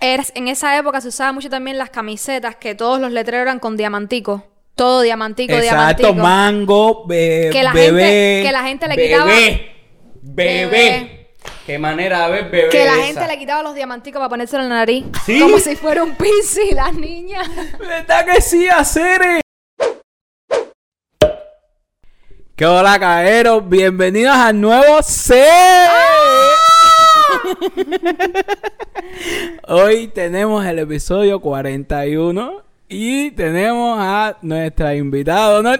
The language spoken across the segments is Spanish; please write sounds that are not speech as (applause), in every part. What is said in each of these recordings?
eras- en esa época se usaban mucho también las camisetas que todos los letreros eran con diamantico. Todo diamantico, Exacto, diamantico. mango, be- Que la bebé. gente- que la gente le bebé, quitaba- Bebé. Bebé. Qué manera de ver bebé. Que la esa. gente le quitaba los diamanticos para ponérselo en la nariz. ¿Sí? Como si fuera un (laughs) pinci, las niñas. ¿Verdad que sí, hacer? ¿Qué hola, caeros? Bienvenidos al nuevo C. Ah. Hoy tenemos el episodio 41 y tenemos a nuestra invitada, ¿no?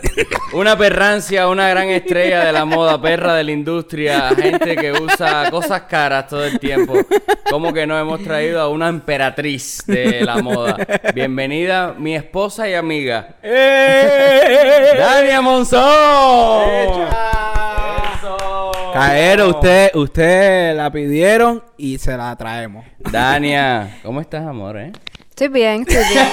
Una perrancia, una gran estrella de la moda, perra de la industria, gente que usa cosas caras todo el tiempo. Como que nos hemos traído a una emperatriz de la moda. Bienvenida, mi esposa y amiga, Eh. Dania Monzón. Caero, usted, usted la pidieron y se la traemos. Dania, ¿cómo estás, amor? Eh? Estoy bien, estoy (laughs) bien.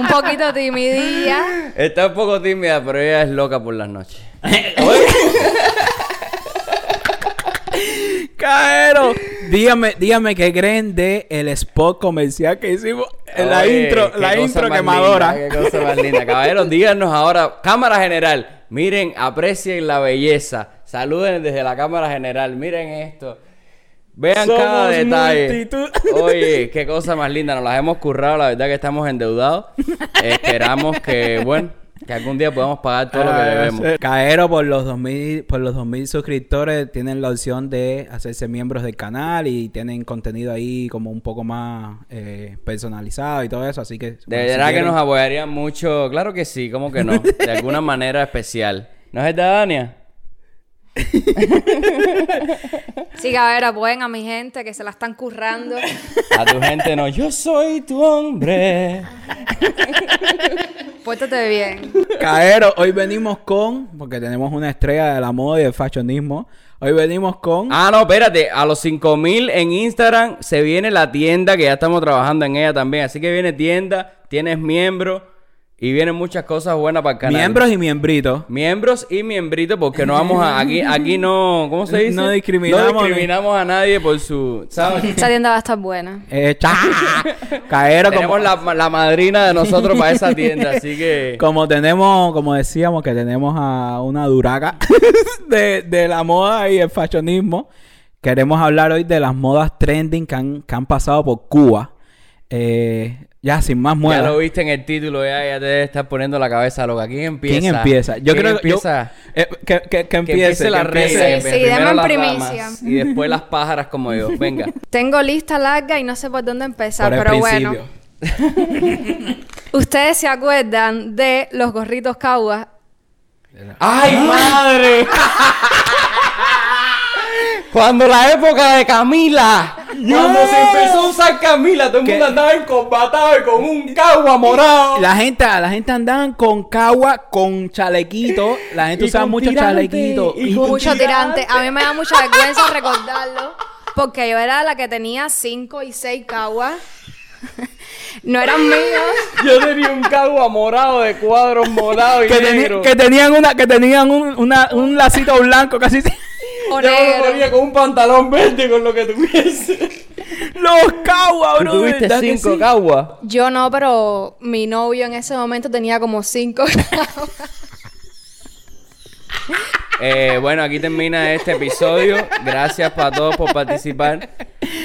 un poquito timidilla. Está un poco tímida, pero ella es loca por las noches. Caero, dígame, dígame qué creen de el spot comercial que hicimos en la Oye, intro, qué la cosa intro más quemadora. linda, qué cosa más (laughs) linda. Caballeros, díganos ahora, cámara general, miren, aprecien la belleza. Saluden desde la cámara general, miren esto. Vean Somos cada detalle. multitud. (laughs) Oye, qué cosa más linda, nos las hemos currado, la verdad que estamos endeudados. Esperamos que, bueno, que algún día podamos pagar todo lo que Ah, debemos. sí. Caero por los 2000, por los 2000 suscriptores tienen la opción de hacerse miembros del canal y tienen contenido ahí como un poco más eh, personalizado y todo eso, así que De bueno, si verdad que quieren- nos apoyarían mucho, claro que sí, como que no, (laughs) de alguna manera especial. ¿No es verdad, Dania? Sí, cabrera, pueden a mi gente que se la están currando. A tu gente no, yo soy tu hombre. Puéstate bien. Caero, hoy venimos con porque tenemos una estrella de la moda y del fashionismo. Hoy venimos con Ah, no, espérate. A los 5000 en Instagram se viene la tienda, que ya estamos trabajando en ella también. Así que viene tienda, tienes miembro y vienen muchas cosas buenas para el canal. miembros y miembritos. Miembros y miembritos, porque no vamos a. Aquí, aquí no. ¿Cómo se dice? No discriminamos. No discriminamos a nadie por su. (laughs) ¿Sabes? Esa tienda va a estar buena. Eh, cha. (laughs) Caero como Tenemos la, la madrina de nosotros para esa tienda, (laughs) así que. Como tenemos, como decíamos que tenemos a una duraca (laughs) de, de la moda y el fashionismo, queremos hablar hoy de las modas trending que han, que han pasado por Cuba. Eh, ya, sin más Ya lo muelas. viste en el título, ya, ya te estás poniendo la cabeza loca. ¿Quién empieza? ¿Quién empieza? Yo ¿Quién creo que... yo- empieza? eh, que, que- que Que empiece empiece, la que empiece. reina. Sí, que sí, primero dame en las primicia. damas y después las pájaras como yo. Venga. Tengo lista larga y no sé por dónde empezar, Por (laughs) el pero principio. bueno. Ustedes se acuerdan de los gorritos caguas. ¡Ay, madre! (laughs) Cuando la época de Camila, cuando se empezó a usar Camila, todo el mundo andaba encorbatado y con un cagua morado. La gente, la gente andaban con cagua, con chalequito. La gente Y usaba con mucho tirante, chalequito. y Y- con- Mucho tirante. A mí me da mucha (laughs) vergüenza recordarlo. Porque yo era la que tenía cinco y seis caguas. (laughs) No eran míos. (laughs) Yo tenía un cagua morado de cuadros morados y que, teni- negro. que tenían una, que tenían un, una- un lacito blanco casi. O Yo me lo negros. ponía con un pantalón verde con lo que tuviese. (laughs) Los cagua, bro. Tuviste ¿verdad que cinco sí? caguas. Yo no, pero mi novio en ese momento tenía como cinco (laughs) caguas. Eh, bueno, aquí termina este episodio. Gracias para todos por participar.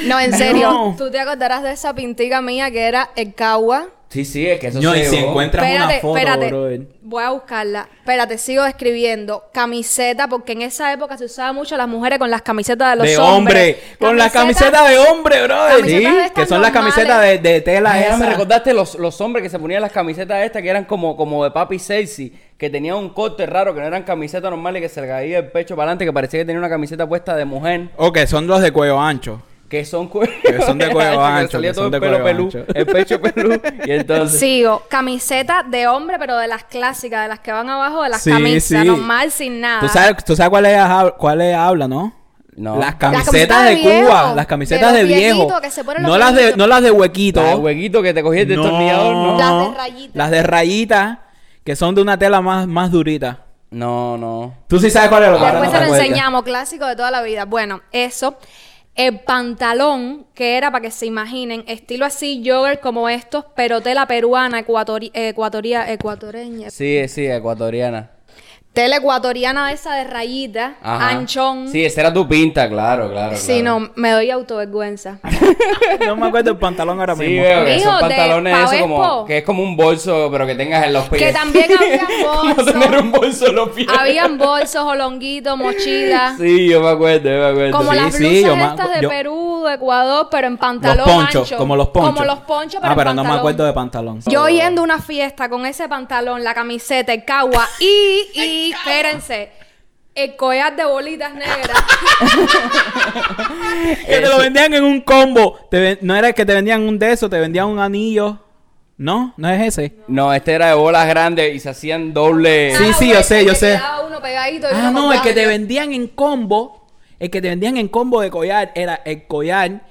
No, en serio. No. Tú te acordarás de esa pintica mía que era el cagua. Sí, sí, es que eso No, se y si llevó. encuentras una foto, espérate. brother. Voy a buscarla. Espérate, sigo escribiendo. Camiseta, porque en esa época se usaba mucho las mujeres con las camisetas de los de hombres. hombre. Con las camisetas de hombre, brother. camisetas de que estas son las normales. camisetas de, de tela Ay, ahora esa. me recordaste los, los hombres que se ponían las camisetas estas que eran como, como de papi sexy, que tenían un corte raro, que no eran camisetas normales, que se le caía el pecho para adelante, que parecía que tenía una camiseta puesta de mujer, O que son los de cuello ancho. que son cuello Que son de cuello (laughs) que le ancho, salía que todo son el de pelo cuello pelú, ancho. el pecho pelú, (laughs) y entonces... Sigo, camiseta de hombre, pero de las clásicas, de las que van abajo de las Sí, camisas, sí. normal, sin nada. ¿Tú sabes, tú sabes cuál es, hab- cuál es habla, no? No. Las camisetas camisetas, de de, viejo, Cuba, las de camisetas los de viejo. viejitos que se ponen los no, las de, viejitos. no las de huequito. el huequito que te cogí el No. destornillador, ¿no? Las de rayitas. Las de rayitas, que son de una tela más, más durita. No, no. Tú sí sabes cuál es lo que Después no se te lo acuerdas. enseñamos, clásico de toda la vida. Bueno, eso. El pantalón, que era para que se imaginen, estilo así, jogger como estos, pero tela peruana, ecuatori- ecuatoria- ecuatoreña. Sí, sí, ecuatoriana. Tela ecuatoriana esa de rayita, Ajá. anchón. Sí, esa era tu pinta, claro, claro. Sí, claro. no, me doy autovergüenza. (laughs) (laughs) no me acuerdo el pantalón ahora Sí, mismo. veo que son Mijo, de pantalones esos Pavespo. como... Que es como un bolso, pero que tengas en los pies. que también (laughs) había Como tener bolsos. un bolso en los pies. (laughs) Habían bolsos, olonguitos, mochilas. Sí, yo me acuerdo, yo me acuerdo. Como Sí, las sí, blusas yo me estas acu- de yo- Perú, de Ecuador, pero en Los pantalón ponchos, ancho. como los ponchos. Como los ponchos, pero Ah, pero en no me pantalón. acuerdo de pantalón. (laughs) Yo yendo a una fiesta con ese pantalón, la camiseta, el cagua y, y, espérense, el collar de bolitas negras. Que te lo vendían en un combo. Te ven- No era que te vendían un de esos, te vendían un anillo. ¿No? ¿No es ese? No, este era de bolas grandes y se hacían doble... Sí, Daba sí, yo sé, vuelta y yo le sé. quedaba uno pegadito y Ah, uno no, más el que te grande. vendían en combo, el que te vendían en combo de collar era el collar,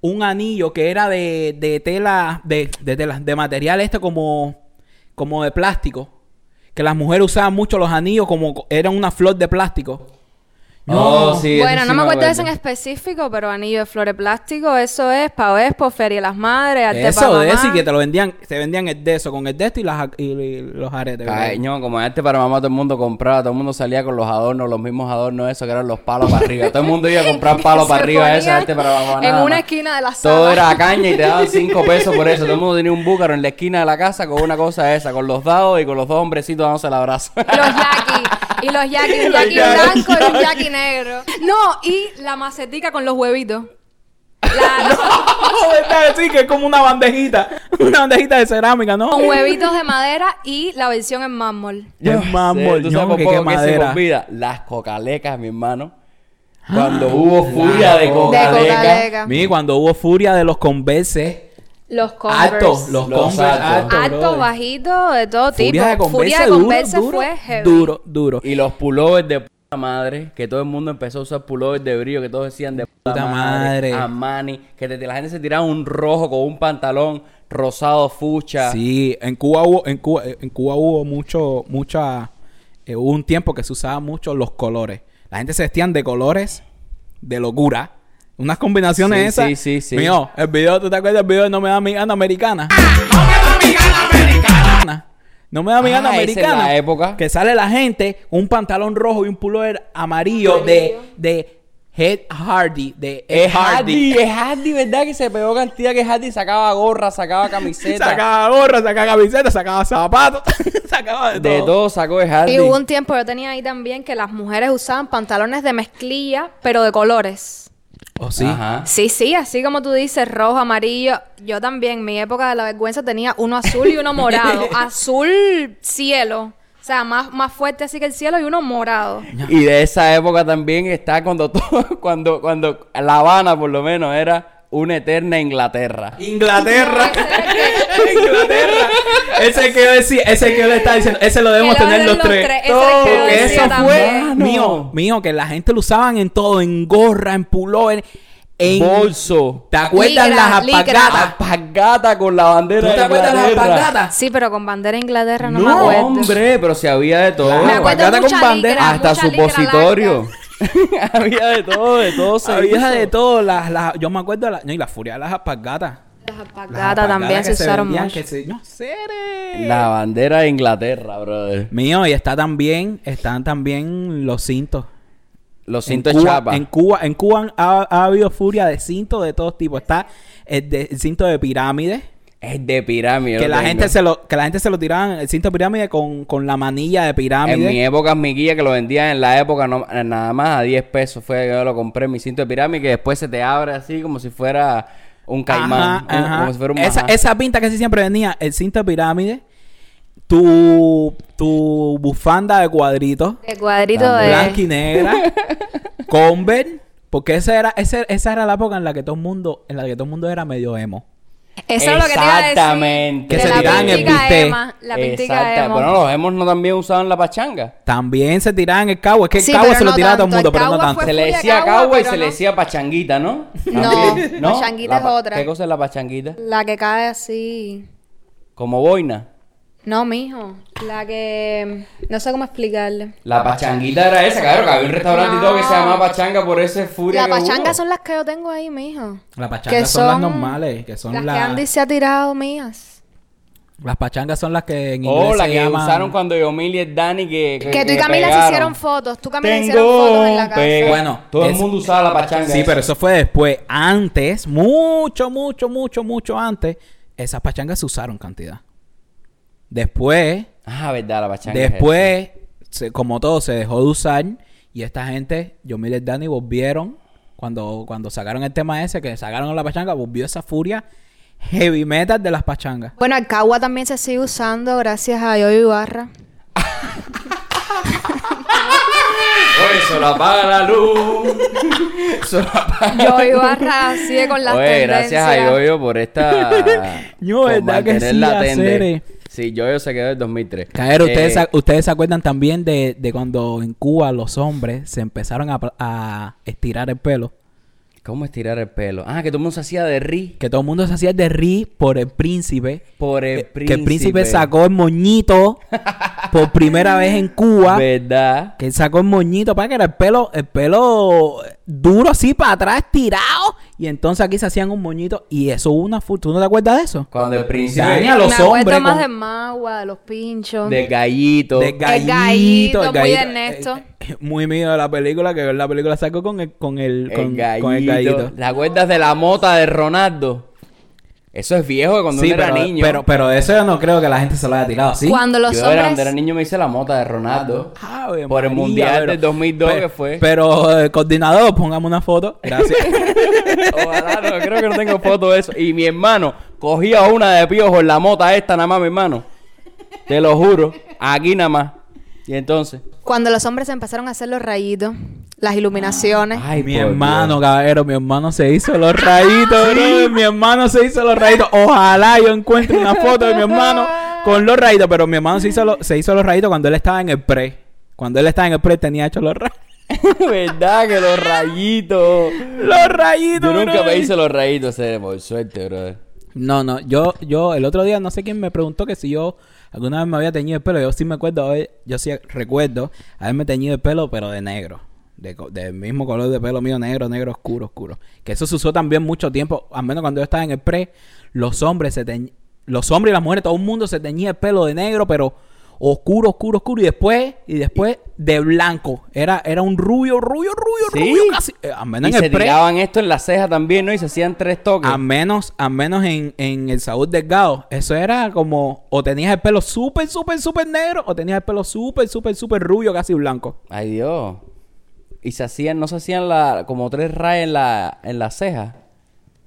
un anillo que era de, de tela, de, de tela, de material este como, como de plástico. Que las mujeres usaban mucho los anillos como co- era una flor de plástico. No, Oh, sí, Bueno, ese no sí me acuerdo de eso en específico, pero anillo de flores plástico, eso es Pavespo, Feria de las Madres, Arte pa' Eso de eso y Mamá. que te lo vendían, te vendían el de eso, con el de esto y, las, y, los aretes. ¿verdad? (laughs) Cañón, como antes para mamá todo el mundo compraba, todo el mundo salía con los adornos, los mismos adornos esos que eran los palos para arriba. Todo el mundo iba (laughs) a comprar palos Se para arriba esos ponían antes para mamá. en nada una más. esquina de la sala. Todo era a caña y (laughs) te daban cinco pesos por eso. Todo el mundo tenía un búcaro en la esquina de la casa con una cosa esa, con los dados y con los dos hombrecitos dándose (laughs) el abrazo. Los yaquis. Y los yaquis. Un yaqui yaquis, blanco y un yaqui negro. No, y la macetica con los huevitos. (laughs) La- ¿Verdad? Sí, que es como una bandejita, (laughs) una bandejita de cerámica, ¿no? Con huevitos de madera y la versión en mármol. Es mármol, ¿Tú ño, sabes por que poco qué que se me madera. olvida? Las cocalecas, (gasps) mi hermano. Cuando hubo furia de coca- cocalecas. De cocalecas. Mire, cuando hubo furia de los converse, Los Converse. altos, los, Los Converse altos. altos, Altos, brother. bajitos, de todo tipo. Furia de Converse, Furia de duro, Converse duro, fue heavy. duro, duro. Y los pullovers de puta madre, que todo el mundo empezó a usar pullovers de brillo, que todos decían de puta, Puta madre. madre, a Manny, que desde la gente se tiraba un rojo con un pantalón rosado fucha. Sí, en Cuba hubo, en Cuba, en Cuba hubo mucho, mucha, eh, hubo un tiempo que se usaban mucho los colores. La gente se vestían de colores, de locura. Unas combinaciones Sí, esas. sí, sí, sí. Mío, el video, ¿tú te acuerdas del video de No me da mi gana americana? Ah, No me da mi gana Ah, esa es americana. la época. Que sale la gente, un pantalón rojo y un pullover amarillo de, de Head Hardy, de Ed Es Hardy. es Hardy, ¿verdad? Que se pegó cantidad que Hardy sacaba gorra, sacaba (laughs) camiseta. Sacaba gorra, sacaba camiseta, sacaba zapatos, (laughs) sacaba de todo. De todo sacó de Hardy. Y hubo un tiempo, yo tenía ahí también, que las mujeres usaban pantalones de mezclilla, pero de colores. ¿O Oh, sí? Ajá. Sí, sí, así como tú dices, rojo, amarillo. Yo también, mi época de la vergüenza tenía uno azul y uno (laughs) morado. azul cielo. O sea, más, más fuerte así que el cielo y uno morado. Y de esa época también está cuando todo, (laughs) cuando, cuando La Habana por lo menos era una eterna Inglaterra. Inglaterra. Ese era el que- (laughs) Inglaterra. Ese que yo decía, ese que yo le estaba diciendo, ese lo debemos Que lo tener hablen los los tres. tres, ese era el que yo Porque decía eso fue también. mío, mío, que la gente lo usaban en todo, en gorra, en pullover, en Bolso. Ah, ¿Te acuerdas Licra, las licra. alpargatas? Apagata con la bandera ¿Tú te de acuerdas las Inglaterra. alpargatas? Sí, pero con bandera de Inglaterra no, No, me acuerdo. hombre, pero si había de todo. Claro. Ah, Me acuerdo Alpargata mucha con bandera. licra, Hasta mucha licra supositorio. larga. (laughs) había de todo, de todo. se hizo. Había Ah, de todo, las, las- yo me acuerdo, de la, no, y la furia de las alpargatas. Las Las alpargatas también alpargatas se que usaron vendían, mucho. que se- no, seres. La bandera de Inglaterra, brother. Mío, y está también, están también los cintos. Los cintos en Cuba, chapa. En Cuba, en Cuba han- ha, ha habido furia de cintos de todos tipos. Está el, de- el cinto de pirámide. Es de pirámide. Que lo la, tengo. gente se lo, que la gente se lo tiraban, el cinto de pirámide con, con la manilla de En mi pirámide. época, mi guía que lo vendían en la época no- eh, nada más a 10 pesos fue que yo lo compré, mi cinto de pirámide, que después se te abre así como si fuera un caimán. Ajá, un- ajá. Como si fuera un esa, majá. esa pinta que sí siempre venía, el cinto de pirámide, tu, tu bufanda de cuadritos, De cuadrito Tan blanca y de... negra, (laughs) Converse, porque esa era, esa, esa era la época en la que todo el mundo, en la que todo el mundo era medio emo. Eso es lo que te iba a decir. Exactamente. de Que se la tiraban el pintica bistec. Emma, La pintica Exacta, emo. Pero no, los hemos no también usaban la pachanga. También se tiraban el cabo, es que el Sí, cabo pero se lo no tiraba a todo el tanto, mundo, el pero no cagua tanto. fue Se le furia decía Pues cagua, cagua y pero se le no. decía pachanguita, ¿no? No, También, pachanguita La es pa- otra. ¿Qué cosa es la pachanguita? La que cae así. Como boina. No, mijo. La que. No sé cómo explicarle. La pachanguita era esa, claro, que había un restaurante y todo que se llamaba pachanga por ese furia. Las que hubo. pachangas son las que yo tengo ahí, mijo. Las pachangas son, las normales, que son las las... que Andy se ha tirado, mías. Las pachangas son las que en inglés Oh, la se que llaman... usaron cuando Yomili y Dani que. Que tú y Camila se pegaron. hicieron fotos. Tú, Camila, Tengo hicieron fotos en la un casa. pega- Bueno, todo el es- mundo usaba la pachanga. Sí, esa. pero eso fue después. Antes, mucho, mucho, mucho, mucho antes, esas pachangas se usaron cantidad. Después, Ah, verdad, la pachanga. es después, se- como todo, se dejó de usar. Y esta gente, yo y Dani, volvieron. Cuando, cuando sacaron el tema ese, que sacaron la pachanga, volvió esa furia heavy metal de las pachangas. Bueno, el cagua también se sigue usando gracias a Yoyo (laughs) Ibarra. esa. Oye, solo apaga la luz. (laughs) (laughs) solo apaga. Yoyo Ibarra sigue con las Oye, tendencias. gracias a Yoyo por esta. (laughs) Yo, por ¿verdad que mantener sí, la a tende. serie? Sí, Yoyo se quedó en 2003. Caer, ustedes, Eh, se- ustedes se acuerdan también de, de cuando en Cuba los hombres se empezaron a, pla- a estirar el pelo. ¿Cómo estirar el pelo? Ah, que todo el mundo se hacía de ri. Que todo el mundo se hacía de ri por el príncipe. Por el Eh, Que- príncipe. Que el príncipe sacó el moñito por primera vez en (laughs) Cuba. ¿Verdad? Que él sacó el moñito para que era el pelo, el pelo duro así para atrás, tirado. Y entonces aquí se hacían un moñito y eso hubo una full. ¿Tú no te acuerdas de eso? Cuando el príncipe. Dani, a Me los acuerdo hombres más con- de Magua, de los pinchos. Del gallito. De gallito, muy de Ernesto. eh, muy mío de la película, que la película sacó con el, con el, con, el gallito. con el gallito. ¿Te acuerdas de la mota de Ronaldo? Eso es viejo de cuando Sí, uno pero, era niño. pero, pero eso yo no creo que la gente se lo haya tirado, ¿sí? Cuando los yo era, hombres. cuando era niño me hice la mota de Ah, Ronaldo. Ave Por el María, Mundial pero- del 2002 pero- que fue. Pero, eh, coordinador, pongamos una foto. (laughs) Gracias. Ojalá, no, creo que no tengo foto de eso. Y mi hermano cogía una de piojo en la mota esta nada más, mi hermano. Te lo juro. Aquí nada más. Y entonces. (laughs) Cuando los hombres empezaron a hacer los rayitos, las iluminaciones. Ay, mi por hermano, caballero, mi hermano se hizo los (laughs) rayitos, brother, Mi hermano se hizo los rayitos. Ojalá yo encuentre una foto de mi hermano con los rayitos. Pero mi hermano se hizo, lo- se hizo los rayitos cuando él estaba en el pre. Cuando él estaba en el pre tenía hecho los rayitos. Dios. ¿Verdad que los rayitos? (laughs) Los rayitos. Yo nunca me brother. hice los rayitos, Cere, por suerte, brother. No, no, yo, yo, el otro día no sé quién me preguntó que si yo alguna vez me había teñido el pelo. Yo sí me acuerdo, haber- yo sí recuerdo haberme teñido el pelo, pero de negro. De co- del mismo color de pelo mío, negro, negro, oscuro, oscuro. Que eso se usó también mucho tiempo, al menos cuando yo estaba en el pre, los hombres se teñ- los hombres y las mujeres, todo el mundo se teñía el pelo de negro, pero oscuro, oscuro, oscuro, y después, y después de blanco. Era, era un rubio, rubio, rubio, Sí. rubio, casi. eh, al menos Y en se el pre. tiraban esto en la ceja también, ¿no? Y se hacían tres toques. A menos, a menos en, en el Saúl Delgado. Eso era como, o tenías el pelo súper, súper, súper negro, o tenías el pelo súper, súper, súper rubio, casi blanco. Ay, Dios. Y se hacían, no se hacían la, como tres rayas en la, en la ceja.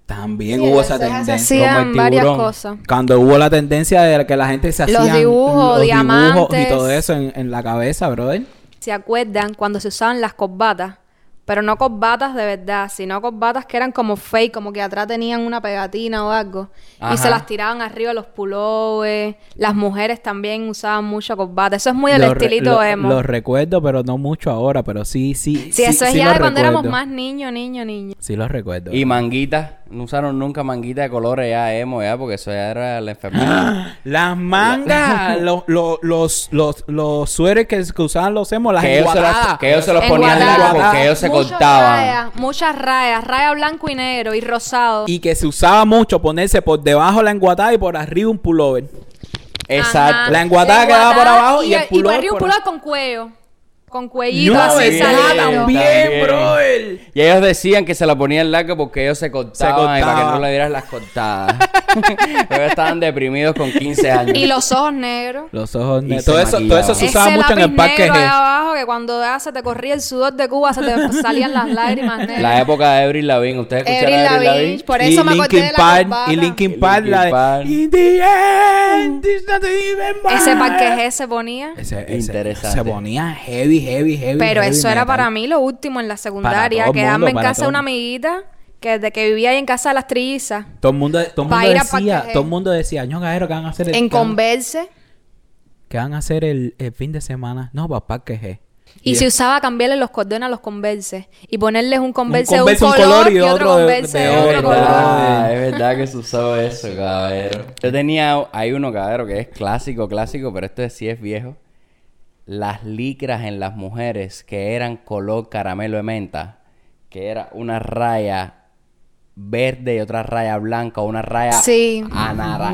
También Sí, hubo las esa cejas se tendencia. Hacían el varias tiburón. cosas. Cuando hubo la tendencia de que la gente se Los hacía dibujos, diamantes. y todo eso en, en la cabeza, brother. ¿Se acuerdan cuando se usaban las corbatas? Pero no corbatas de verdad, sino corbatas que eran como fake, como que atrás tenían una pegatina o algo. Ajá. Y se las tiraban arriba los pullovers. Las mujeres también usaban mucho corbata. Eso es muy del Lo re- estilito lo- emo. Lo recuerdo, pero no mucho ahora, pero sí, sí. sí, eso es ya lo de cuando éramos recuerdo. más niños, niños, niños. Sí, los recuerdo. Y manguitas. No usaron nunca manguita de colores ya, emo, ya, porque eso ya era (gasps) la enfermedad. (laughs) Las mangas, los, los, los, los, los suéteres que, que usaban los emos, las que, ellos se los, enguatadas. que ellos se los En ponían Guadalajara. locos, que ellos se Muchas cortaban. rayas, muchas rayas, raya blanco y negro y rosado. Y que se usaba mucho ponerse por debajo la enguatada y por arriba un pullover. Exacto. La enguatada quedaba por abajo y el Y pullover arriba un por- pullover con cuello. Con cuellito No, así ¿verdad? saliendo. También. "Ah, brother. Y ellos decían que se la ponían larga porque ellos se cortaban, y para que cortaban. no le dieras las (laughs) cortadas. ellos estaban deprimidos con 15 años. Y los ojos negros. Los ojos Y negros. se Todo eso, todo eso maquillaba. se usaba Ese mucho en lápiz el parque. negro G. allá abajo que cuando ya se te corría el sudor de Cuba se te (laughs) salían las lágrimas negras. La época de Avril Lavigne. ¿Ustedes escucharon Avril a Avril Lavigne, Lavigne? Por Y eso me acordé Linkin de la Park- corbata. Y Linkin Park, Linkin la de... Park. In the end, it's not even Ese mine. parqueje se ponía. Ese- ese- Interesante. Se ponía heavy, heavy, heavy. Pero heavy eso era metal. para mí lo último en la Para secundaria. todo el mundo, Quedarme en para casa de todo. una amiguita que desde que vivía ahí en casa de las trillizas. Todo el mundo, todo el Pa' mundo ir a decía, parque G. todo el mundo decía, "Ño, Gaero, ¿qué van a hacer? el- En qué van- Converse. qué van a hacer el, el fin de semana? No, para Parque G. Y se usaba cambiarle los cordones a los converse. Y ponerles un converse, de Converse un, un color, color y y otro otro de- converse de, de otro, otro. color. Ah, es verdad que se usaba eso, caballero. Yo tenía, hay uno, cabrón, que es clásico, clásico, pero este sí es viejo. Las licras en las mujeres que eran color caramelo de menta, que era una raya verde y otra raya blanca, una raya Sí. anara. (laughs)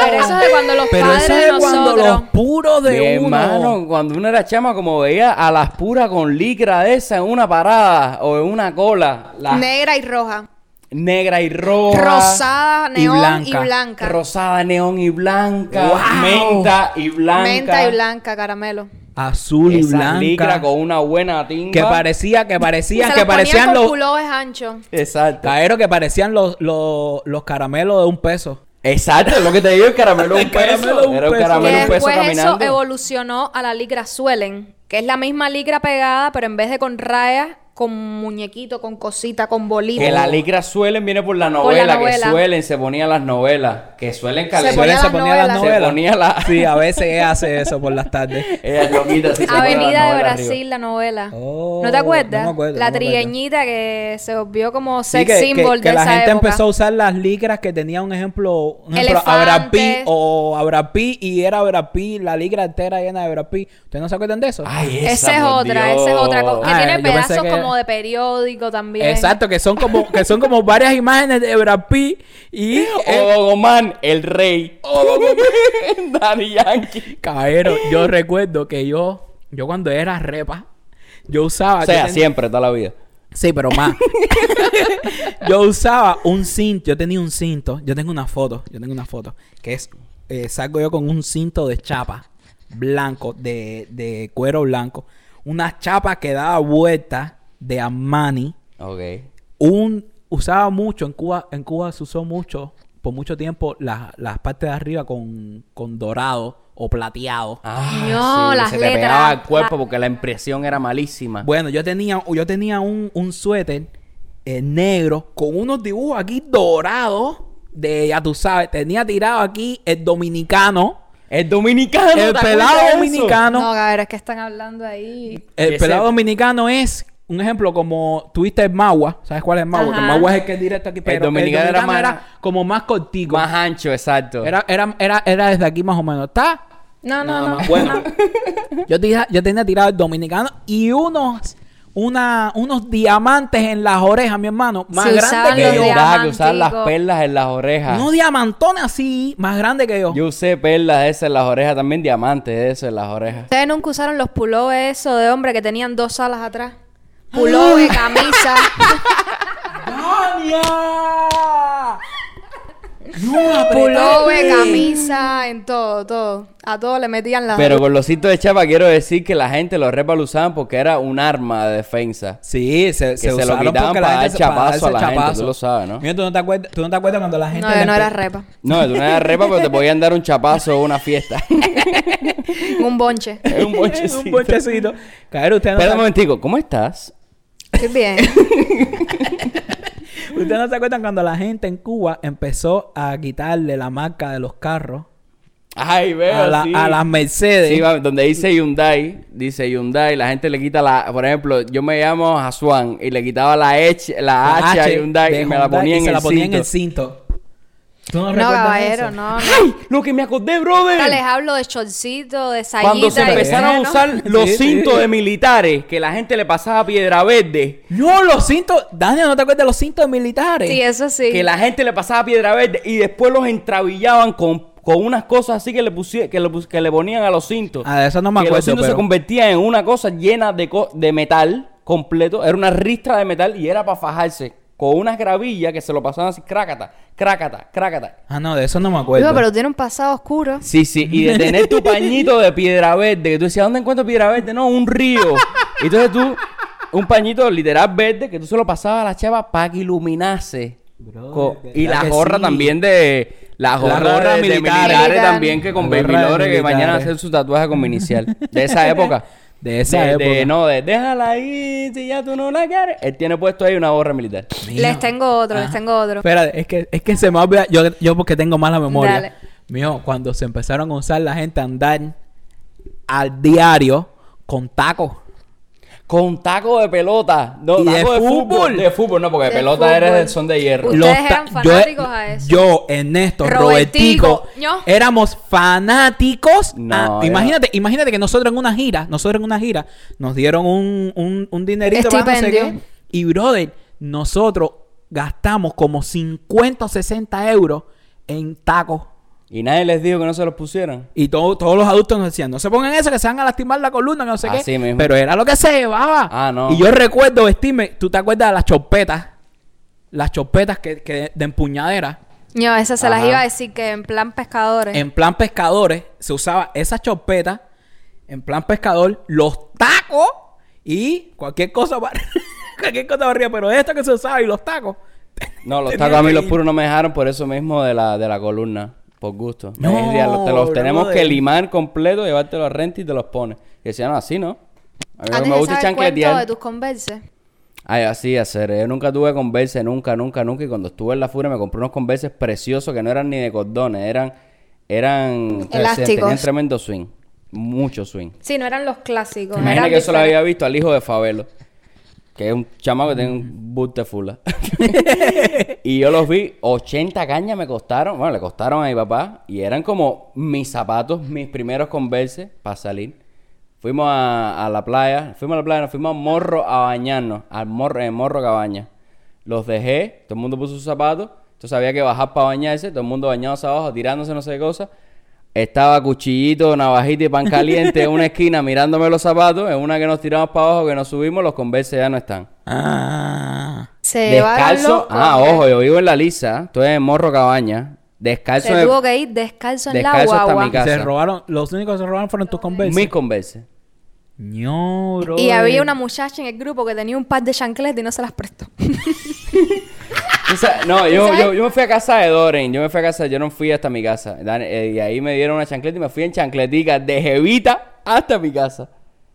Pero eso es de cuando los Pero padres eso de es cuando nosotros... los puros de Mi uno. hermano, cuando uno era chama, como veía a las puras con licra de esa en una parada o en una cola, las Negra y roja. negra y roja, Rosada, y neón y blanca. blanca. rosada, neón y blanca, ¡Wow! menta y blanca, Menta y blanca, caramelo. Azul y Esa licra blanca. con una buena tinta. Que parecía, que parecían, se que los ponían parecían con los... pulóveres anchos. Exacto. Caero, que parecían los, los, los caramelos de un peso. Exacto, lo que te digo, el caramelo El un peso. (laughs) caramelo un Era un peso. Que caramelo un pues peso después eso caminando. evolucionó a la ligra suelen, que es la misma ligra pegada, pero en vez de con rayas, con muñequito, con cosita, con bolita. Que la licra suelen viene por la Por la novela, novela. que suelen, se ponían las novelas, que suelen Se calentar. ponía Suelen- las novelas. Se ponía la- (laughs) Sí, a veces ella hace eso por las tardes. Ella es loquita, sí, se pone la (laughs) Avenida de novela Brasil, arriba. la novela. Oh, ¿No te acuerdas? no me acuerdo, la no me acuerdo. trigueñita que se volvió como Sí, sex que, que- symbol que de la esa gente época. empezó a usar las licras que tenía un ejemplo, un ejemplo Elefantes. Abrapi o Abrapi y era Abrapi, la ligra entera llena de Abrapi. ¿Ustedes no se acuerdan de eso? Ay, Esa es por otra, Dios. esa es otra cosa. Que Ah, tiene yo pensé pedazos que- como de periódico también. Exacto, que son como que son como varias imágenes de Abrapi (laughs) y eh, Ogoman, (laughs) el rey. (laughs) Daddy Yankee. Cabero, yo recuerdo que yo yo cuando era repa yo usaba O Ah, yo sea, tenía- siempre, toda la vida. Sí, pero más. (laughs) yo usaba un cinto, yo tenía un cinto, yo tengo una foto, yo tengo una foto, que es, eh, salgo yo con un cinto de chapa blanco, de, de cuero blanco, una chapa que daba vuelta de Armani, Ok. un, usaba mucho, en Cuba, en Cuba se usó mucho, por mucho tiempo, las las partes de arriba con, con dorado o plateado. No, las Ah, se te letras. pegaba el cuerpo porque la impresión era malísima. Bueno, yo tenía, yo tenía un, un suéter eh, negro con unos dibujos aquí dorados. De, ya tú sabes, tenía tirado aquí el dominicano. el dominicano. El pelado ¿te acuerdas de eso? dominicano. No, cabrón, es que están hablando ahí. El Ese- pelado dominicano es un ejemplo como tuviste el Magua. ¿Sabes cuál es el Magua? Ajá. Que El Magua es el que es directo aquí. Pero el dominicano dominicano, era más- era, como más cortico. Más ancho, exacto. Era, era, era, era desde aquí más o menos. ¿Está? No, no, no. Bueno, yo, tira- yo tenía tirado el dominicano y unos, una, unos diamantes en las orejas, mi hermano. Más Se grandes usaban que los yo. de- verdad que usaban las diamantico. perlas en las orejas. Unos diamantones así, más grandes que yo. Yo usé perlas de esas en las orejas también, diamantes de esas en las (laughs) orejas. Ustedes nunca usaron los pullovers esos de hombre que tenían dos alas atrás. Pullover, camisa. ¡Dania! Pullover, camisa, en todo, todo. A todo le metían las Pero con los cintos de chapa quiero decir que la gente los repa lo usaban porque era un arma de defensa. Sí, se, se, se lo usaron quitaban porque la para dar gente se- para chapazo a darse la gente, chapazo. tú lo sabes, ¿no? Mira, tú no te acuerdas, tú no te acuerdas cuando la gente No, yo le no empe- era repa. No, tú no eras repa, pero te podían dar un chapazo o una fiesta. (laughs) Un bonche. Es (laughs) un un bonchecito. bonchecito. Caer, usted no Espera se- un momentico, ¿cómo estás? Estoy (laughs) bien. ¿Ustedes no se acuerdan cuando la gente en Cuba empezó a quitarle la marca de los carros Ay, veo, a, la- sí. a las Mercedes? Sí, va- donde dice Hyundai, dice Hyundai, la gente le quita la, por ejemplo, yo me llamo Haswan y le quitaba la H, la H, a de Hyundai y me la Hyundai ponía, y en, se el la ponía en el cinto. cinto. ¿Tú no, No, recuerdas caballero, eso? no, no. ¡Ay! Lo que me acordé, brother. Ahora les hablo de chorcito, de sayita. Cuando se y empezaron a bueno. usar los Sí, sí. cintos de militares, que la gente le pasaba piedra verde. No, los cintos. Daniel, ¿no te acuerdas de los cintos militares? Sí, eso sí. Que la gente le pasaba piedra verde y después los entrabillaban con, con unas cosas así que le, pusie- que le, pus- que le ponían a los cintos. Ah, de eso no me Que los acuerdo, cintos se pero- convertían en una cosa llena de, co- de metal completo. Era una ristra de metal y era para fajarse. Con unas gravillas que se lo pasaban así, crácata, crácata, crácata. Ah, no, de eso no me acuerdo. Digo, pero tiene un pasado oscuro. Sí, sí, y de tener tu pañito de piedra verde, que tú decías, ¿dónde encuentro piedra verde? No, un río. Y Entonces tú, un pañito literal verde, que tú se lo pasabas a la chava para que iluminase. Bro, Co- de y verdad la que gorra sí. también de... La gorra, gorra de, de militar. militares, Militar. también, que con La Baby gorra de Lore, que mañana militares. hacen su tatuaje con mi inicial. (laughs) De esa época. De esa De- de- época. no, de déjala ahí, si ya tú no la quieres. Él tiene puesto ahí una gorra militar. Les tengo otro, Ah. les tengo otro. Espera, es que, es que se me olvida. Yo, yo porque tengo mala memoria. Dale. Mío, cuando se empezaron a usar la gente a andar al diario con tacos. Con taco de pelota. No, ¿Y taco de fútbol? De fútbol, no, porque De pelota fútbol. eres de- son de hierro. Uy. Ustedes eran ta- e-, fanáticos a eso. Yo, Ernesto, Robertico, Robertico, ¿no? éramos fanáticos. a- No, ya. imagínate, imagínate que nosotros en una gira, nosotros en una gira, nos dieron un, un, un dinerito para no sé Estipendio. qué. Y brother, nosotros gastamos como 50 o 60 euros en tacos. Y nadie les dijo que no se los pusieran. Y todo- todos los adultos nos decían, no se pongan eso, que se van a lastimar la columna, que no sé Así qué. mismo. Pero era lo que se llevaba. Ah, no. Y yo recuerdo vestirme, ¿tú te acuerdas de las chopetas? Las chopetas que, que de empuñadera. Yo, esas se las Ajá. iba a decir que en plan pescadores. En plan pescadores, se usaba esa chopeta, en plan pescador, los tacos y cualquier cosa para, (laughs) cualquier cosa para arriba, pero esto que se usaba y los tacos. No, los Tenía tacos a mí que los ir. puros no me dejaron por eso mismo de la, de la columna. Por gusto. Me No, decían, "Los- te los tenemos brother. que limar completo, llevártelo a renta y te los pones. Y decían, "No, así no. A mí no Antes me de gusta saber cuento de chancletear. tus converse. Ay, así hacer. Yo nunca tuve converse, nunca, nunca, nunca. Y cuando estuve en la furia me compré unos converses preciosos que no eran ni de cordones, eran. Eran. Elásticos. Tenían tremendo swing. Mucho swing. Sí, no eran los clásicos. Imagina eran que eso lo diferentes. había visto al hijo de Fabelo. Que es un chamaco que tiene un boot de fula. (laughs) y yo los vi, 80 cañas me costaron. Bueno, le costaron a mi papá. Y eran como mis zapatos, mis primeros converse para salir. Fuimos a, a la playa. Fuimos a la playa, nos fuimos a Morro a bañarnos. Al morro, en Morro Cabaña. Los dejé, todo el mundo puso sus zapatos. Entonces había que bajar para bañarse. Todo el mundo bañándose abajo, tirándose no sé qué cosa. Estaba cuchillito, navajita y pan caliente en una esquina mirándome los zapatos. En una que nos tiramos para abajo, que nos subimos, los converse ya no están. Ah. Se llevaron los Descalzo. Ah, converse. ojo, yo vivo en la lisa. Estoy en Morro Cabaña. Descalzo. Se en el- tuvo que ir descalzo en la Descalzo hasta mi guagua. casa. Se robaron, los únicos que se robaron fueron tus converse. Mis converse. No, bro. Y había una muchacha en el grupo que tenía un par de chancletas y no se las prestó. (laughs) Tú sa- No, yo, sabes? yo, yo me fui a casa de Doren. Yo me fui a casa, yo no fui hasta mi casa. Dan- eh, y ahí me dieron una chancleta y me fui en chancletica de jevita hasta mi casa.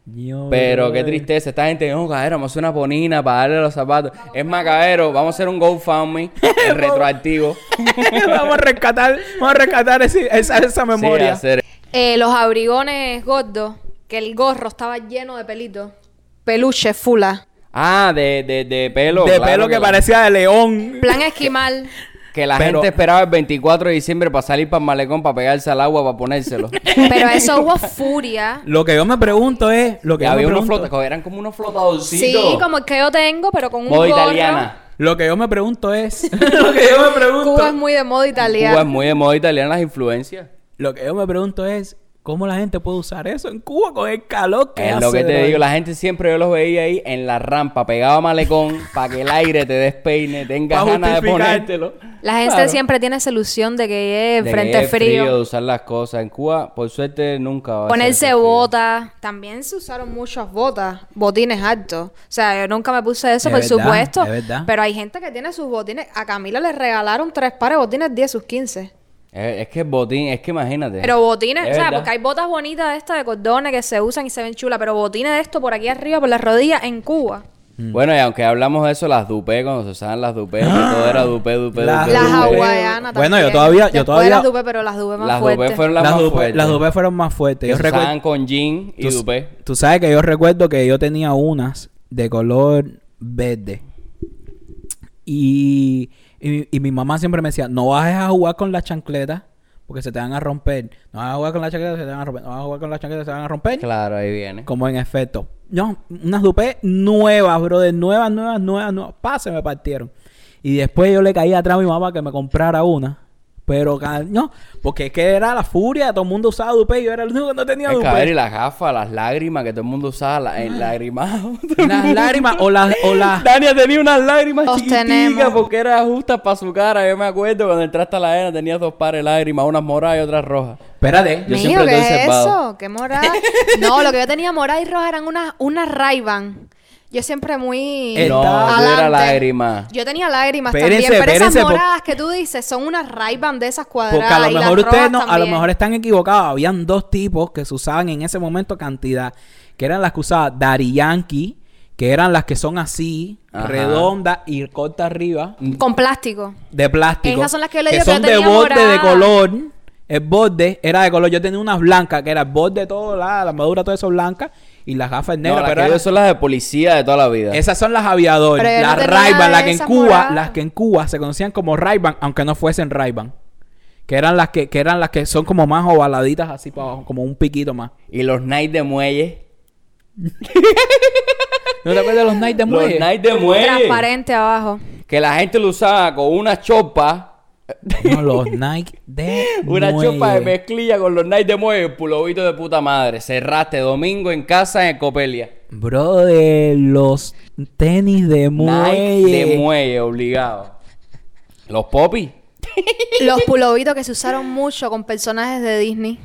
No, Pero bro. qué tristeza, esta gente, no, cabrón, vamos a hacer una ponina para darle los zapatos. Es más, cabrón, vamos a hacer un GoFundMe (laughs) el retroactivo. (laughs) vamos a rescatar, vamos a rescatar ese- esa, esa (laughs) Sí, memoria. hacer- Eh, los abrigones gordos, que el gorro estaba lleno de pelitos. Peluche, fula. Ah, de, de, de pelo. de claro pelo que, la- parecía de león. Plan (laughs) esquimal. Que la Pero- gente esperaba el 24 de diciembre para salir para el malecón, para pegarse al agua, para ponérselo. pero eso hubo furia. Lo que yo me pregunto es, (laughs) lo que Que yo había me unos pregunto, flota- eran como unos flotadorcitos. Sí, como el que yo tengo, pero con un gorro. Moda italiana. lo que yo me pregunto es, (laughs) lo que yo me pregunto, Cuba es muy de moda italiana. Cuba es muy de moda italiana las influencias. lo que yo me pregunto es, ¿cómo la gente puede usar eso en Cuba con el calor que Es hace? lo que te bro? digo, la gente siempre yo los veía ahí en la rampa, pegado a malecón, (laughs) para que el aire te despeine, tengas Pa' ganas de justificar. ponértelo. La gente Claro. siempre tiene esa ilusión de que es De que frente es frío. de usar las cosas. En Cuba, por suerte, nunca va a ser Ponerse ese frío. botas. También se usaron muchas botas. Botines altos. O sea, yo nunca me puse eso, Es por verdad, supuesto. es verdad. Pero hay gente que tiene sus botines. A Camila le regalaron tres pares de botines, 10 sus 15. Es, es que botín, es que imagínate. Pero botines, Es o sea, verdad. porque hay botas bonitas de estas de cordones que se usan y se ven chulas, pero botines de esto por aquí arriba, por las rodillas, en Cuba. Mm. Bueno, y aunque hablamos de eso, las dupé, cuando se usaban las dupé, que todo era dupé, dupé, Ah, Las- dupé. Las dupé. dupé. hawaianas también. Bueno, yo todavía- yo Después todavía- las dupe, pero las dupe más Las fuertes. dupé fueron las, Las más dupé- fuertes. las dupé fueron más fuertes. Que Yo se recuerdo, usaban con jean y tú, dupé. tú sabes que yo recuerdo que yo tenía unas de color verde. Y, y- y mi mamá siempre me decía, no bajes a jugar con las chancletas porque se te van a romper. No vas a jugar con las chancletas, se te van a romper. No vas a jugar con las chancletas, se te van a romper. Claro, ahí viene. Como en efecto. No, unas dupé nuevas, brother. Nuevas, nuevas, nuevas, nuevas. Pase me partieron. Y después yo le caí atrás a mi mamá que me comprara una. Pero, ca- no, porque es que era la furia. Todo el mundo usaba dupé y yo era el único que no tenía El cabrón y dupé. las gafas, las lágrimas que todo el mundo usaba, la- el (laughs) lagrimado. (laughs) Las lágrimas o las... (laughs) O las (laughs) Dania tenía unas lágrimas Los chiquiticas tenemos. porque era justas para su cara. Yo me acuerdo cuando entraste a la arena tenías dos pares de lágrimas, unas moradas y otras rojas. Espérate. Yo Mijo, siempre ¿qué estoy es observado. eso? ¿Qué (laughs) morada? No, lo que yo tenía morada y roja eran unas unas Ray-Ban. Yo siempre muy... Eh, No, Está- yo era Adelante. lágrima. Yo tenía lágrimas Espérense, también, pero espérense, esas por- moradas que tú dices son unas Ray-Ban de esas cuadradas Porque a y lo las mejor rojas ustedes no, a lo también. mejor están equivocados. Habían dos tipos que se usaban en ese momento cantidad, que eran las que usaba Dari Yankee, que eran las que son así, Ajá. redondas y cortas arriba. Con plástico. de plástico. Esas son las que yo le que digo que son yo de tenía borde de morada. color. El borde era de color. Yo tenía unas blancas, que era el borde todo, la, la armadura, todo eso blanca. Y las gafas No, negras, las pero que era- yo son las de policía de toda la vida. esas son las aviadores. Pero yo Las no tenía Ray-Ban, las que en esas Cuba, moradas. las que en Cuba se conocían como Ray-Ban, aunque no fuesen Ray-Ban. Que eran las que, que eran las que son como más ovaladitas así para abajo, como un piquito más. Y los Nights de Muelle. ¿No te acuerdas de los Night de Muelle? Los Nights de Muelle. Transparente abajo. Que la gente lo usaba con una chopa. No, los Nike de Una Muelle. chopa de mezclilla con los Nights de Muelle. Pulovito de puta madre. Cerraste domingo en casa en Copelia. Brother, los tenis de muelle. Nike de muelle, obligado. Los popis. Los pulovitos que se usaron mucho con personajes de Disney.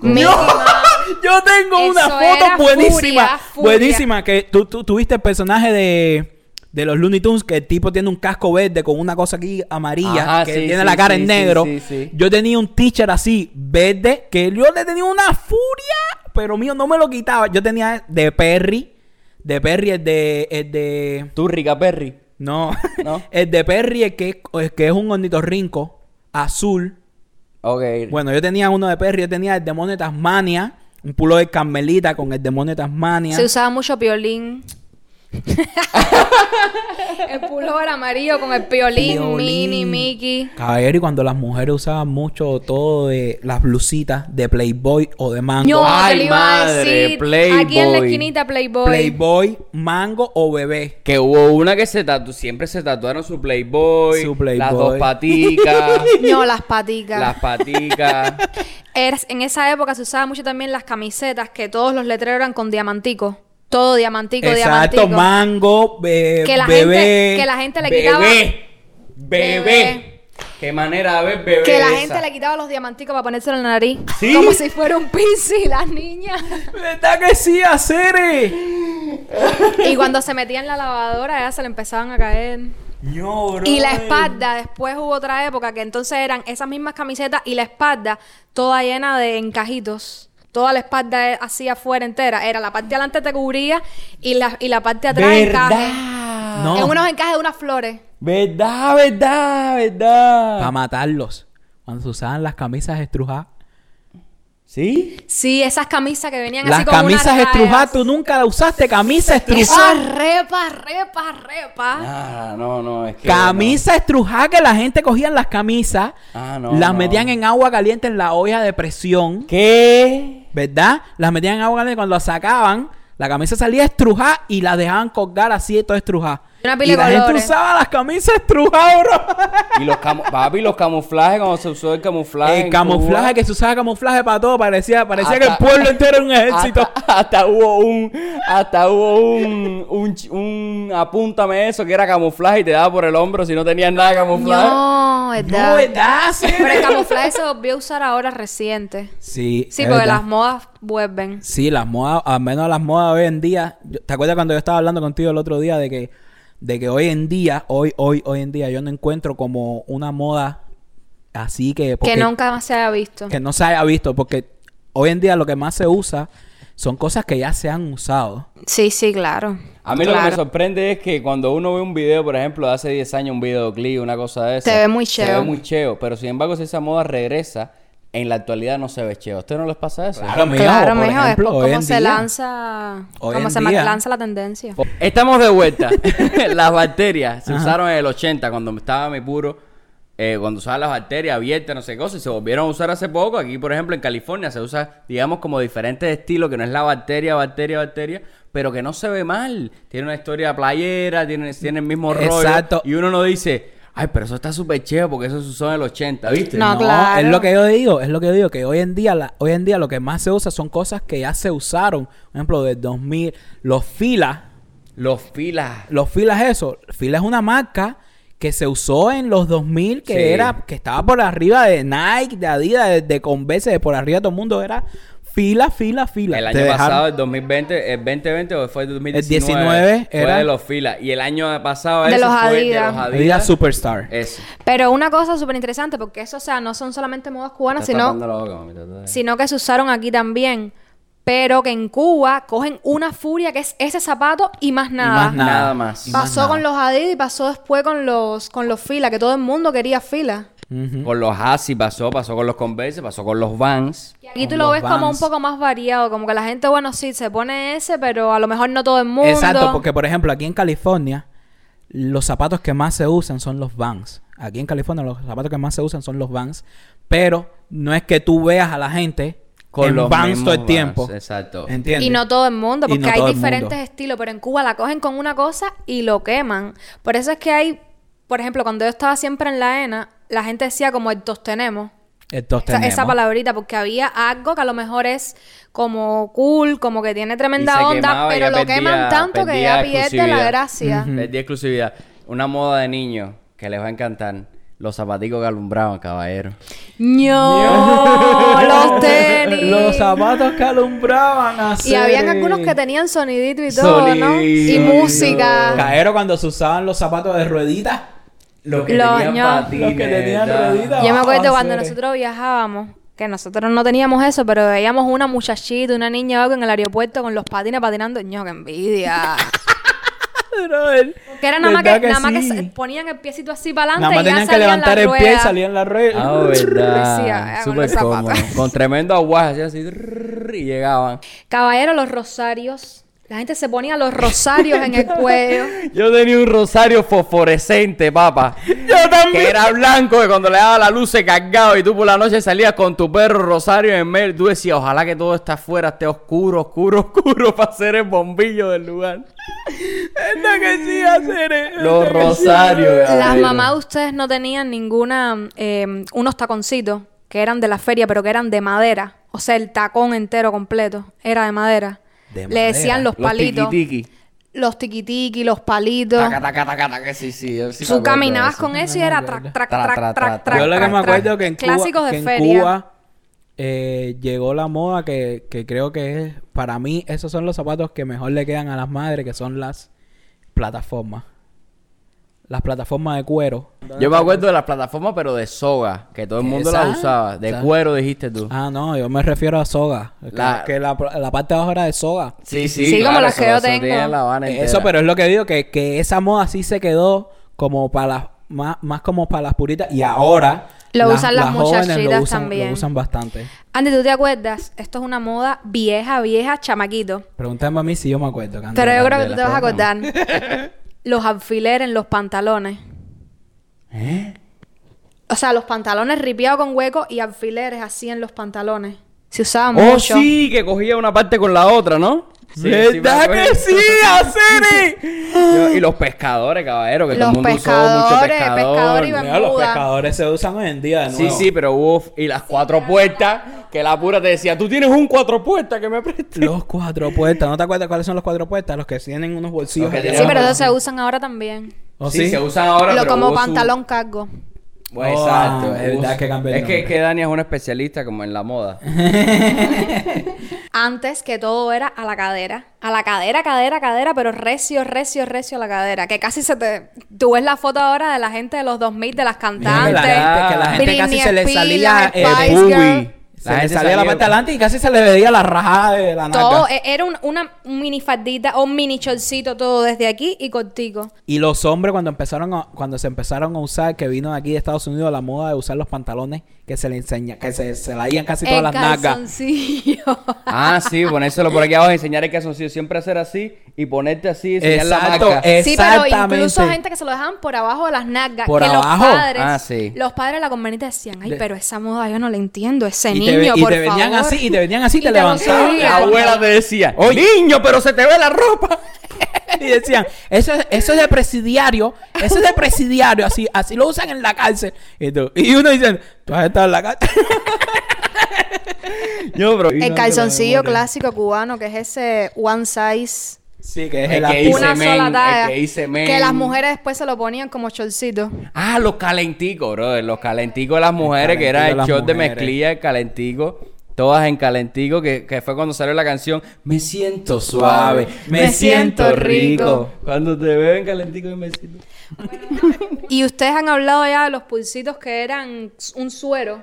Mickey (laughs) Yo tengo Eso una era foto buenísima. furia, furia. Buenísima. Que tú, tú tuviste el personaje de, de los Looney Tunes, que el tipo tiene un casco verde con una cosa aquí amarilla, Ajá, que sí, tiene sí, la cara sí, en sí, negro. sí, sí. Yo tenía un teacher así, verde, que yo le tenía una furia, pero mío, no me lo quitaba. Yo tenía de Perry. De Perry, el de. El de Tú, Rica Perry. no. ¿No? (laughs) el de Perry, el que, el que es un ornitorrinco azul. Ok. Bueno, yo tenía uno de Perry, yo tenía el demonio de Tasmania, un pulo de Carmelita con el demonio de Tasmania. Se usaba mucho piolín. (laughs) el pullover amarillo con el piolín, Piolín. mini, Mickey. Caballero, y cuando las mujeres usaban mucho todo de las blusitas de Playboy o de Mango. Yo Ay, te lo iba a madre, decir. Aquí en la Playboy. esquinita Playboy. Playboy, Mango o Bebé. Que hubo una que se tatu siempre se tatuaron su Playboy, Su Playboy. las (laughs) dos paticas, No, las paticas. las paticas. Eras- en esa época se usaba mucho también las camisetas que todos los letreros eran con diamantico. Todo diamantico, Exacto, diamantico. Mango, be- que la Bebé. gente, que la gente le quitaba, bebé, bebé. Bebé. Qué manera de ver bebé. que la esa. gente le quitaba los diamanticos para ponérselo en la nariz, ¿Sí? como si fuera un (laughs) pincel las niñas. ¿Verdad que sí, Acere? Y cuando se metían en la lavadora ya se le empezaban a caer. No, bro. Y la espalda, después hubo otra época que entonces eran esas mismas camisetas y la espalda toda llena de encajitos. Toda la espalda eh, así afuera entera. Era la parte de adelante te cubría y la, y la parte de atrás encaje. ¿Verdad? No. En unos encajes de unas flores. ¿Verdad, verdad, verdad? Para matarlos. Cuando se usaban las camisas estrujadas. ¿Sí? Sí, esas camisas que venían Las así como camisas unas rayas. estrujadas, tú nunca la usaste, camisa Eso estrujada. es Ah, repa, repa, repa. Ah, no, no, es que Camisa estrujada que la gente cogía las camisas, Ah, no, las no. metían en agua caliente en la olla de presión, no. ¿Qué? ¿verdad? Las metían en agua caliente cuando la sacaban, la camisa salía estrujada y la dejaban colgar así toda estrujada. Una pila y de la gente colores. usaba las camisas estrujadas, bro. Y los camu papi, los camuflajes cuando se usó el camuflaje. El en camuflaje, Cuba. que se usaba camuflaje para todo, parecía, parecía que el Hasta- pueblo entero era un ejército. Hasta, hasta hubo un. Hasta hubo un, un. ch- un Apúntame eso que era camuflaje y te daba por el hombro si no tenías nada de camuflaje. No, Ah, No, ¿verdad? ¿verdad? Sí, Pero el camuflaje se volvió a usar ahora reciente. sí, Sí, es porque verdad. las modas vuelven. Sí, las modas, al menos las modas hoy en día. yo- ¿Te acuerdas cuando yo estaba hablando contigo el otro día de que, de que hoy en día, hoy, hoy, hoy en día, yo no encuentro como una moda así que. porque- Que nunca más se haya visto. Que no se haya visto, porque hoy en día lo que más se usa son cosas que ya se han usado. Sí, sí, claro. A mí lo que me Claro. sorprende es que cuando uno ve un video, por ejemplo, de hace 10 años, un videoclip, una cosa de esa. Se ve muy Se ve cheo. muy cheo. Pero sin embargo, si esa moda regresa, en la actualidad no se ve cheo. ¿A usted no les pasa eso? mijo, Claro, por mejor. Es ejemplo, por hoy cómo en se día- lanza. Hoy Cómo en se día- lanza la tendencia. Estamos de vuelta. (laughs) las bacterias se usaron en el 80 cuando estaba mi puro. eh, cuando usaban las bacterias abiertas, no sé qué cosa, y se volvieron a usar hace poco. Aquí, por ejemplo, en California se usa, digamos, como diferentes estilos, que no es la bacteria, bacteria, bacteria, pero que no se ve mal. Tiene una historia playera, tiene, tiene el mismo rollo. Exacto. Y uno no dice, ay, pero eso está súper chévere porque eso se usó en el 80, ¿viste? No, claro. es lo que yo digo, es lo que yo digo, que hoy en día, la- hoy en día lo que más se usa son cosas que ya se usaron. Por ejemplo, del 2000, los filas. Los filas. Los filas eso, fila es una marca que se usó en los 2000 que Sí. era que estaba por arriba de Nike, de Adidas, de, de Converse, de por arriba de todo el mundo era fila, fila, fila. El Te año dejaron- pasado, el 2020, el 2020 o fue el 2019. 19 fue era- de los filas. Y el año pasado De ese los fue de Adidas. los Adidas. Eh, Adidas Superstar. Eso. Pero una cosa súper interesante, porque eso, o sea, no son solamente modas cubanas, Estás tapando sino, la boca, mami, está- está- sino que se usaron aquí también. Pero que en Cuba cogen una furia que es ese zapato y más nada. más nada. Nada más. Y Pasó con los Adidas y pasó después con los con los fila, que todo el mundo quería fila. Con los Hasi pasó, pasó con los Converse, pasó con los Vans. Y aquí tú Con lo los ves como un Vans. poco más variado, como que la gente, bueno, sí, se pone ese, pero a lo mejor no todo el mundo. Exacto, porque por ejemplo, aquí en California, los zapatos que más se usan son los Vans. Aquí en California, los zapatos que más se usan son los Vans. Pero no es que tú veas a la gente Con en los Vans mismos todo el Vans, tiempo. exacto. ¿Entiendes? Y no todo el mundo, Y porque no hay todo el diferentes mundo. estilos, pero en Cuba la cogen con una cosa y lo queman. Por eso es que hay, por ejemplo, cuando yo estaba siempre en la ENA, la gente decía como el tostenemos. Entonces Esa, esa tenemos- palabrita, porque había algo que a lo mejor es como cool, como que tiene Y se tremenda onda, quemaba y pero ya lo perdía- queman tanto que perdía ya pierde la exclusividad. gracia. Perdí exclusividad. Una moda de niños que les va a encantar. Los zapaticos que alumbraban, caballero. ¡No! ¡Los tenis! Los zapatos que alumbraban así. y habían algunos que tenían sonidito y todo, ¿no? Y Sonidito. música. Caero cuando se usaban los zapatos de ruedita. Los que Los tenían ños. patineta. Los que (laughs) tenían rueditas. Yo me acuerdo Ah, cuando sí. nosotros viajábamos, que nosotros no teníamos eso, pero veíamos una muchachita, una niña o algo en el aeropuerto con los patines patinando. ¡No, qué (laughs) envidia! Que era nada más que, ¿Verdad que nada más que sí? se ponían el piecito así para Nada adelante y más ya tenían que salían levantar la el pie y rueda. salían la rueda. Ah, Decía, verdad. ah, con los Súper cómodo. zapatos. Con tremendo aguaje, así, así. trrr, Y llegaban. Caballero, los rosarios. La gente se ponía los rosarios en (laughs) el cuello. Yo tenía un rosario fosforescente, papá. Yo Que también. era blanco, que cuando le daba la luz se cargaba y tú por la noche salías con tu perro Rosario en medio. Tú decías, ojalá que todo está afuera, esté oscuro, oscuro, (laughs) oscuro para ser el bombillo del lugar. que sí, hacer Los rosarios. Las caballero. mamás de ustedes no tenían ninguna, eh, unos taconcitos que eran de la feria, pero que eran de madera. O sea, el tacón entero completo era de madera. De Le madera. decían los palitos. tiquitiqui. Los tiquitiqui, los palitos. Taca, taca, taca, taca, sí, sí. yo sí me Tú acuerdo caminabas de eso. con eso y era trac, trac, Tra, trac, tra, trac, tra, trac, tra. Yo lo que me trac, acuerdo que en Cuba, Clásicos que de en feria. Cuba, eh, llegó la moda que, que creo que es, para mí, esos son los zapatos que mejor le quedan a las madres, que son las plataformas. Las plataformas de cuero. Yo me acuerdo de las plataformas, pero de soga, que todo el mundo Esa- las usaba. De esa- cuero, dijiste tú. Ah, no, yo me refiero a soga. Que- La- Que, la, la parte de abajo era de soga. Sí, sí. Sí, como las eso que yo lo- eso tengo. tiene La Habana Eh, entera. Eso, pero es lo que digo, que, que esa moda sí se quedó como para las, más, más como para las puritas. Y ahora Lo usan las jóvenes lo muchachitas usan- también. Lo usan bastante. Andy, ¿tú te acuerdas? Esto es una moda vieja, vieja, chamaquito. Pregúntame a mí si yo me acuerdo. Candela. Pero yo creo que de tú la te vas a acordar. forma. (laughs) Los alfileres en los pantalones. ¿Eh? O sea, los pantalones ripiados con huecos y alfileres así en los pantalones. Se usaban Oh, mucho. sí, que cogía una parte con la otra, ¿no? Sí, sí me ¿Verdad acuerdo. que sí, Aceri? Yo- y los pescadores, caballero, que todo Los el mundo usaba mucho pescadores, pescador. pescador y Mira, los Bermuda. pescadores se usan hoy en día de Sí, nuevo. sí, pero hubo... Y las cuatro puertas, que la pura te decía, tú tienes un cuatro puertas que me prestes. (laughs) Los cuatro puertas. ¿No te acuerdas cuáles son los cuatro puertas? Los que tienen unos bolsillos. Los que aquí tienen- Sí, abajo. pero esos se usan ahora también. ¿O sí, ¿Oh, sí? se usan ahora, Lo pero como hubo su- pantalón cargo. Bueno, Oh, exacto. es verdad hubo- que cambió el Es que, nombre. que Dani es una especialista como en la moda. Antes que todo era a la cadera. A la cadera, cadera, cadera, pero recio, recio, recio a la cadera. Que casi se te... Tú ves la foto ahora de la gente de los 2000, de las Mira, cantantes. que la gente, que la gente Britney casi se le Spears, salía eh, el Spice boobie. Girl. Se le salía la parte adelante y casi se le veía la rajada de la nalga. Todo, e- era un- una mini faldita o un mini chorcito todo desde aquí y contigo. Y los hombres cuando empezaron a- cuando se empezaron a usar, que vino de aquí de Estados Unidos la moda de usar los pantalones que se le enseña, que se, se la iban casi todas El las nalgas. calzoncillo. Ah, sí, ponérselo por aquí abajo, enseñar el calzoncillo. Siempre hacer así y ponerte así, enseñar Exacto, la marca. eh. Sí, pero Exactamente. incluso gente que se lo dejaban por abajo de las nalgas. Por que abajo. Los padres, Ah, sí. los padres de la convenita decían, ay, De- pero esa moda yo no la entiendo, ese Y te, ve- niño, y por te venían favor". así, y te venían (laughs) así, Y te, te lo levantaban. subían. La abuela te decía, oye, niño, pero se te ve la ropa. (laughs) Y decían, eso, es- eso es de presidiario, eso es de presidiario, así, así lo usan en la cárcel. Y, tú- y uno dice, tú has estado en la cárcel. (laughs) Yo, bro. El calzoncillo clásico cubano, que es ese one size, Sí, que es El el que hice una men, sola el talla. que hice men. que las mujeres después se lo ponían como chorcito. Ah, los calenticos, brother. Los calenticos de las mujeres, que era el calentico de short las de mujeres. mezclilla, el calentico. Todas en calentico, que, que fue cuando salió la canción Me siento suave, suave, me me siento siento rico. rico. Cuando te veo en calentico y me siento... Y ustedes han hablado ya de los pulsitos que eran un suero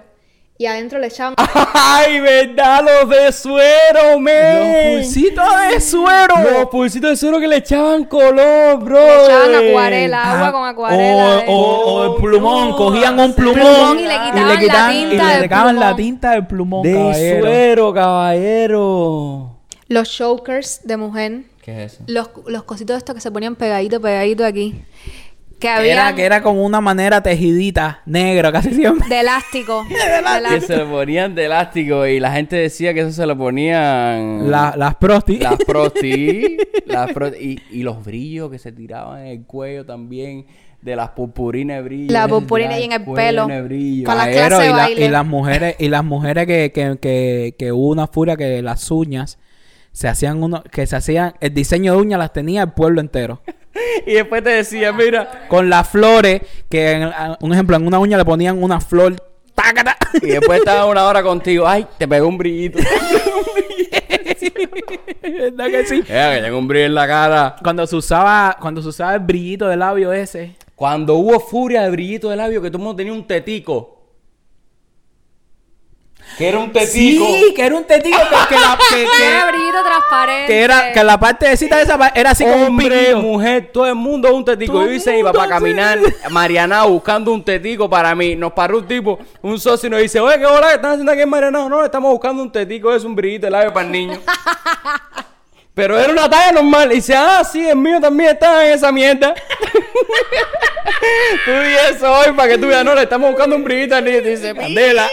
y adentro le echaban ¡Ay, verdad! Los de suero, men. Los pulsitos de suero. Los pulsitos de suero que le echaban color, bro. le echaban acuarela, agua con acuarela. O, o- o el plumón, cogían un plumón, Plumón y le quitaban la y tinta le del sacaban la plumón. tinta del plumón, De caballero. suero, caballero. Los chokers de mujer. ¿Qué es eso? Los, los cositos estos que se ponían pegadito, pegadito aquí. Que Que había Era, que era como una manera tejidita, negra casi siempre. de elástico. de Que elástico. se lo ponían de elástico y la gente decía que eso se lo ponían... La- Mm. las prostis. Las (laughs) (laughs) prosti, las pro- y, y los brillos que se tiraban en el cuello también, de las purpurinas de brillo. La que se purpurina tiraban y en el cuello, pelo. en el brillo. Para las Caballero, clases de y, la- baile. y las mujeres, y las mujeres que, que, que, que hubo una furia que las uñas se hacían uno, que se hacían, el diseño de uñas las tenía el (laughs) pueblo entero. Y después te decía, mira... Con las flores, que en- a- un ejemplo, en una uña le ponían una flor, tácata. Y después estaba una hora contigo, ay, te pegó un brillito. (laughs) ¿Verdad que sí? Era que tengo un brillo en la cara. Cuando se usaba, cuando se usaba el brillito del labio ese. Cuando hubo furia de brillito de labio, que todo el mundo tenía un tetico. Que era un tetico. Sí, que era un tetico que, que la, (laughs) que, Que era que- brillito transparente. que era, que la parte de cita esa pa- era así como un Hombre, piquito. mujer, todo el mundo un tetico. Todo Yo el hice mi mundo, papá a sí. caminar, Mariana buscando un tetico para mí. Nos paró un tipo, un socio, y nos dice, oye, qué hola que están haciendo aquí en Mariana. No, estamos buscando un tetico, es un brillito de labio para el (laughs) niño. Pero era una talla normal. Y dice, ah, sí, el mío también está en (laughs) esa mierda. tú y eso hoy para que tú veas, no, le estamos buscando un brillito al niño. Y dice, Mandela.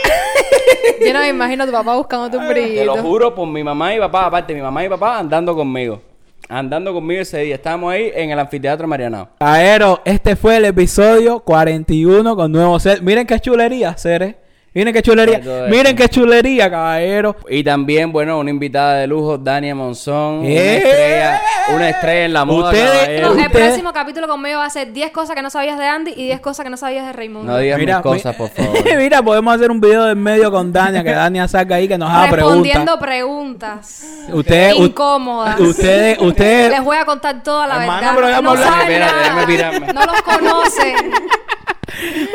Yo no me imagino a tu papá buscando un Te lo brillito. juro por mi mamá y papá, aparte mi mamá y papá andando conmigo. Andando conmigo ese día. Estábamos ahí en el anfiteatro Marianao. Aero, este fue el episodio 41 con nuevo set. Miren qué chulería, Ceres. Miren qué chulería. Todo Miren esto. qué chulería, caballero. Y también, bueno, una invitada de lujo, Dania Monzón. Una ¡Eh! estrella, una estrella en la moda. Ustedes- caballero. No, eh. el Usted- próximo capítulo conmigo va a ser 10 cosas que no sabías de Andy y 10 cosas que no sabías de Raimundo. No digas mis Mira, mi- cosas, (laughs) por favor. Mira, podemos hacer un video en medio con Dania, que Dania saca ahí que nos haga preguntas. Respondiendo preguntas. Ustedes, u- incómodas. (laughs) ustedes, ustedes, Les voy a contar toda la Eh, Hermano, verdad. pero ya no hablamos- saben Espérate, nada. déjame pirarme. No los conocen.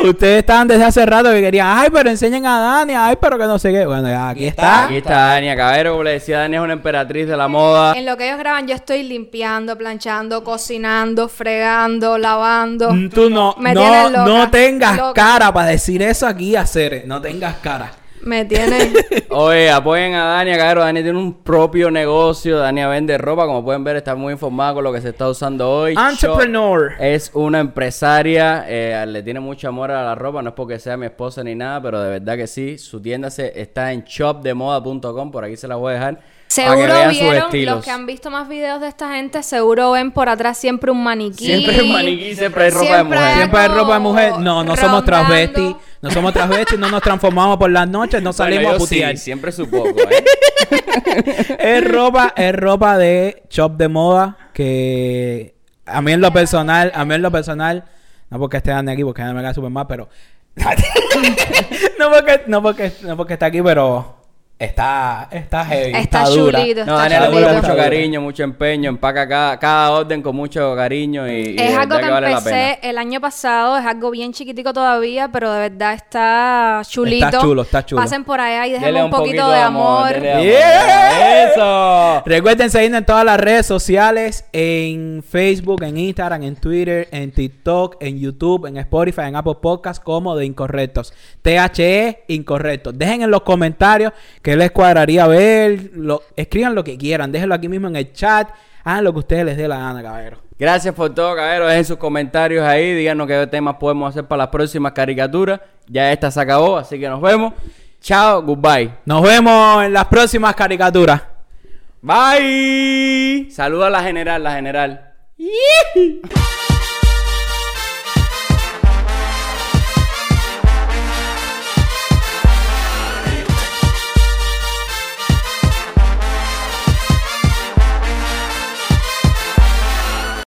ustedes estaban desde hace rato que querían, ay, pero enseñen a Dania, ay, pero que no sé qué. Bueno, ya, aquí está. Aquí está Dania, caballero. Como le decía, Dania es una emperatriz de la Ah. moda. En lo que ellos graban, yo estoy limpiando, planchando, cocinando, fregando, lavando. Mm, Tú no, Me no, tienes loca, no tengas loca. cara para decir eso aquí a Ceres. No tengas cara. Me tienen. Oye, apoyen a Dania, caballero. Dania tiene un propio negocio. Dania vende ropa. Como pueden ver, está muy informada con lo que se está usando hoy. Entrepreneur. Es una empresaria, eh, le tiene mucho amor a la ropa, no es porque sea mi esposa ni nada, pero de verdad que sí. Su tienda se, está en shopdemoda.com, por aquí se la voy a dejar. Seguro para que vean sus vieron, estilos. los que han visto más videos de esta gente, seguro ven por atrás siempre un maniquí. Siempre hay maniquí, siempre hay ropa de Siempre mujer. hay Siempre hay ropa de mujer. No, no somos Rondando. transvestis. No somos transvestis, no nos transformamos por las noches, no salimos Bueno, a yo sí, putear. siempre supongo, (laughs) ¿eh? Es ropa, es ropa de shop de moda que a mí en lo personal, a mí en lo personal, no porque esté Dani aquí, porque Dani me cae súper mal, pero (laughs) no porque, no porque, no porque está aquí, pero está, está heavy. Está dura. chulito. No, Está Dania le chulito. pone mucho Está dura. cariño, mucho empeño, empaca cada, cada orden con mucho cariño y, y de Es algo verdad que vale la empecé el año pasado, es algo bien chiquitico todavía, pero de verdad está chulito. Está chulo, está chulo. Pasen por allá y Dele déjenme un poquito de amor. dele amor. Yeah. ¡Eso! Recuerden seguirnos en todas las redes sociales, en Facebook, en Instagram, en Twitter, en TikTok, en YouTube, en Spotify, en Apple Podcasts, como de Incorrectos. THE Incorrectos. Dejen en los comentarios que les cuadraría ver. Lo, escriban lo que quieran. Déjenlo aquí mismo en el chat. Hagan lo que ustedes les dé la gana, caballero. Gracias por todo, caballero. Dejen sus comentarios ahí. Díganos qué temas podemos hacer para las próximas caricaturas. Ya esta se acabó, así que nos vemos. Chao, goodbye. Nos vemos en las próximas caricaturas. Bye. Saluda a la general, la general.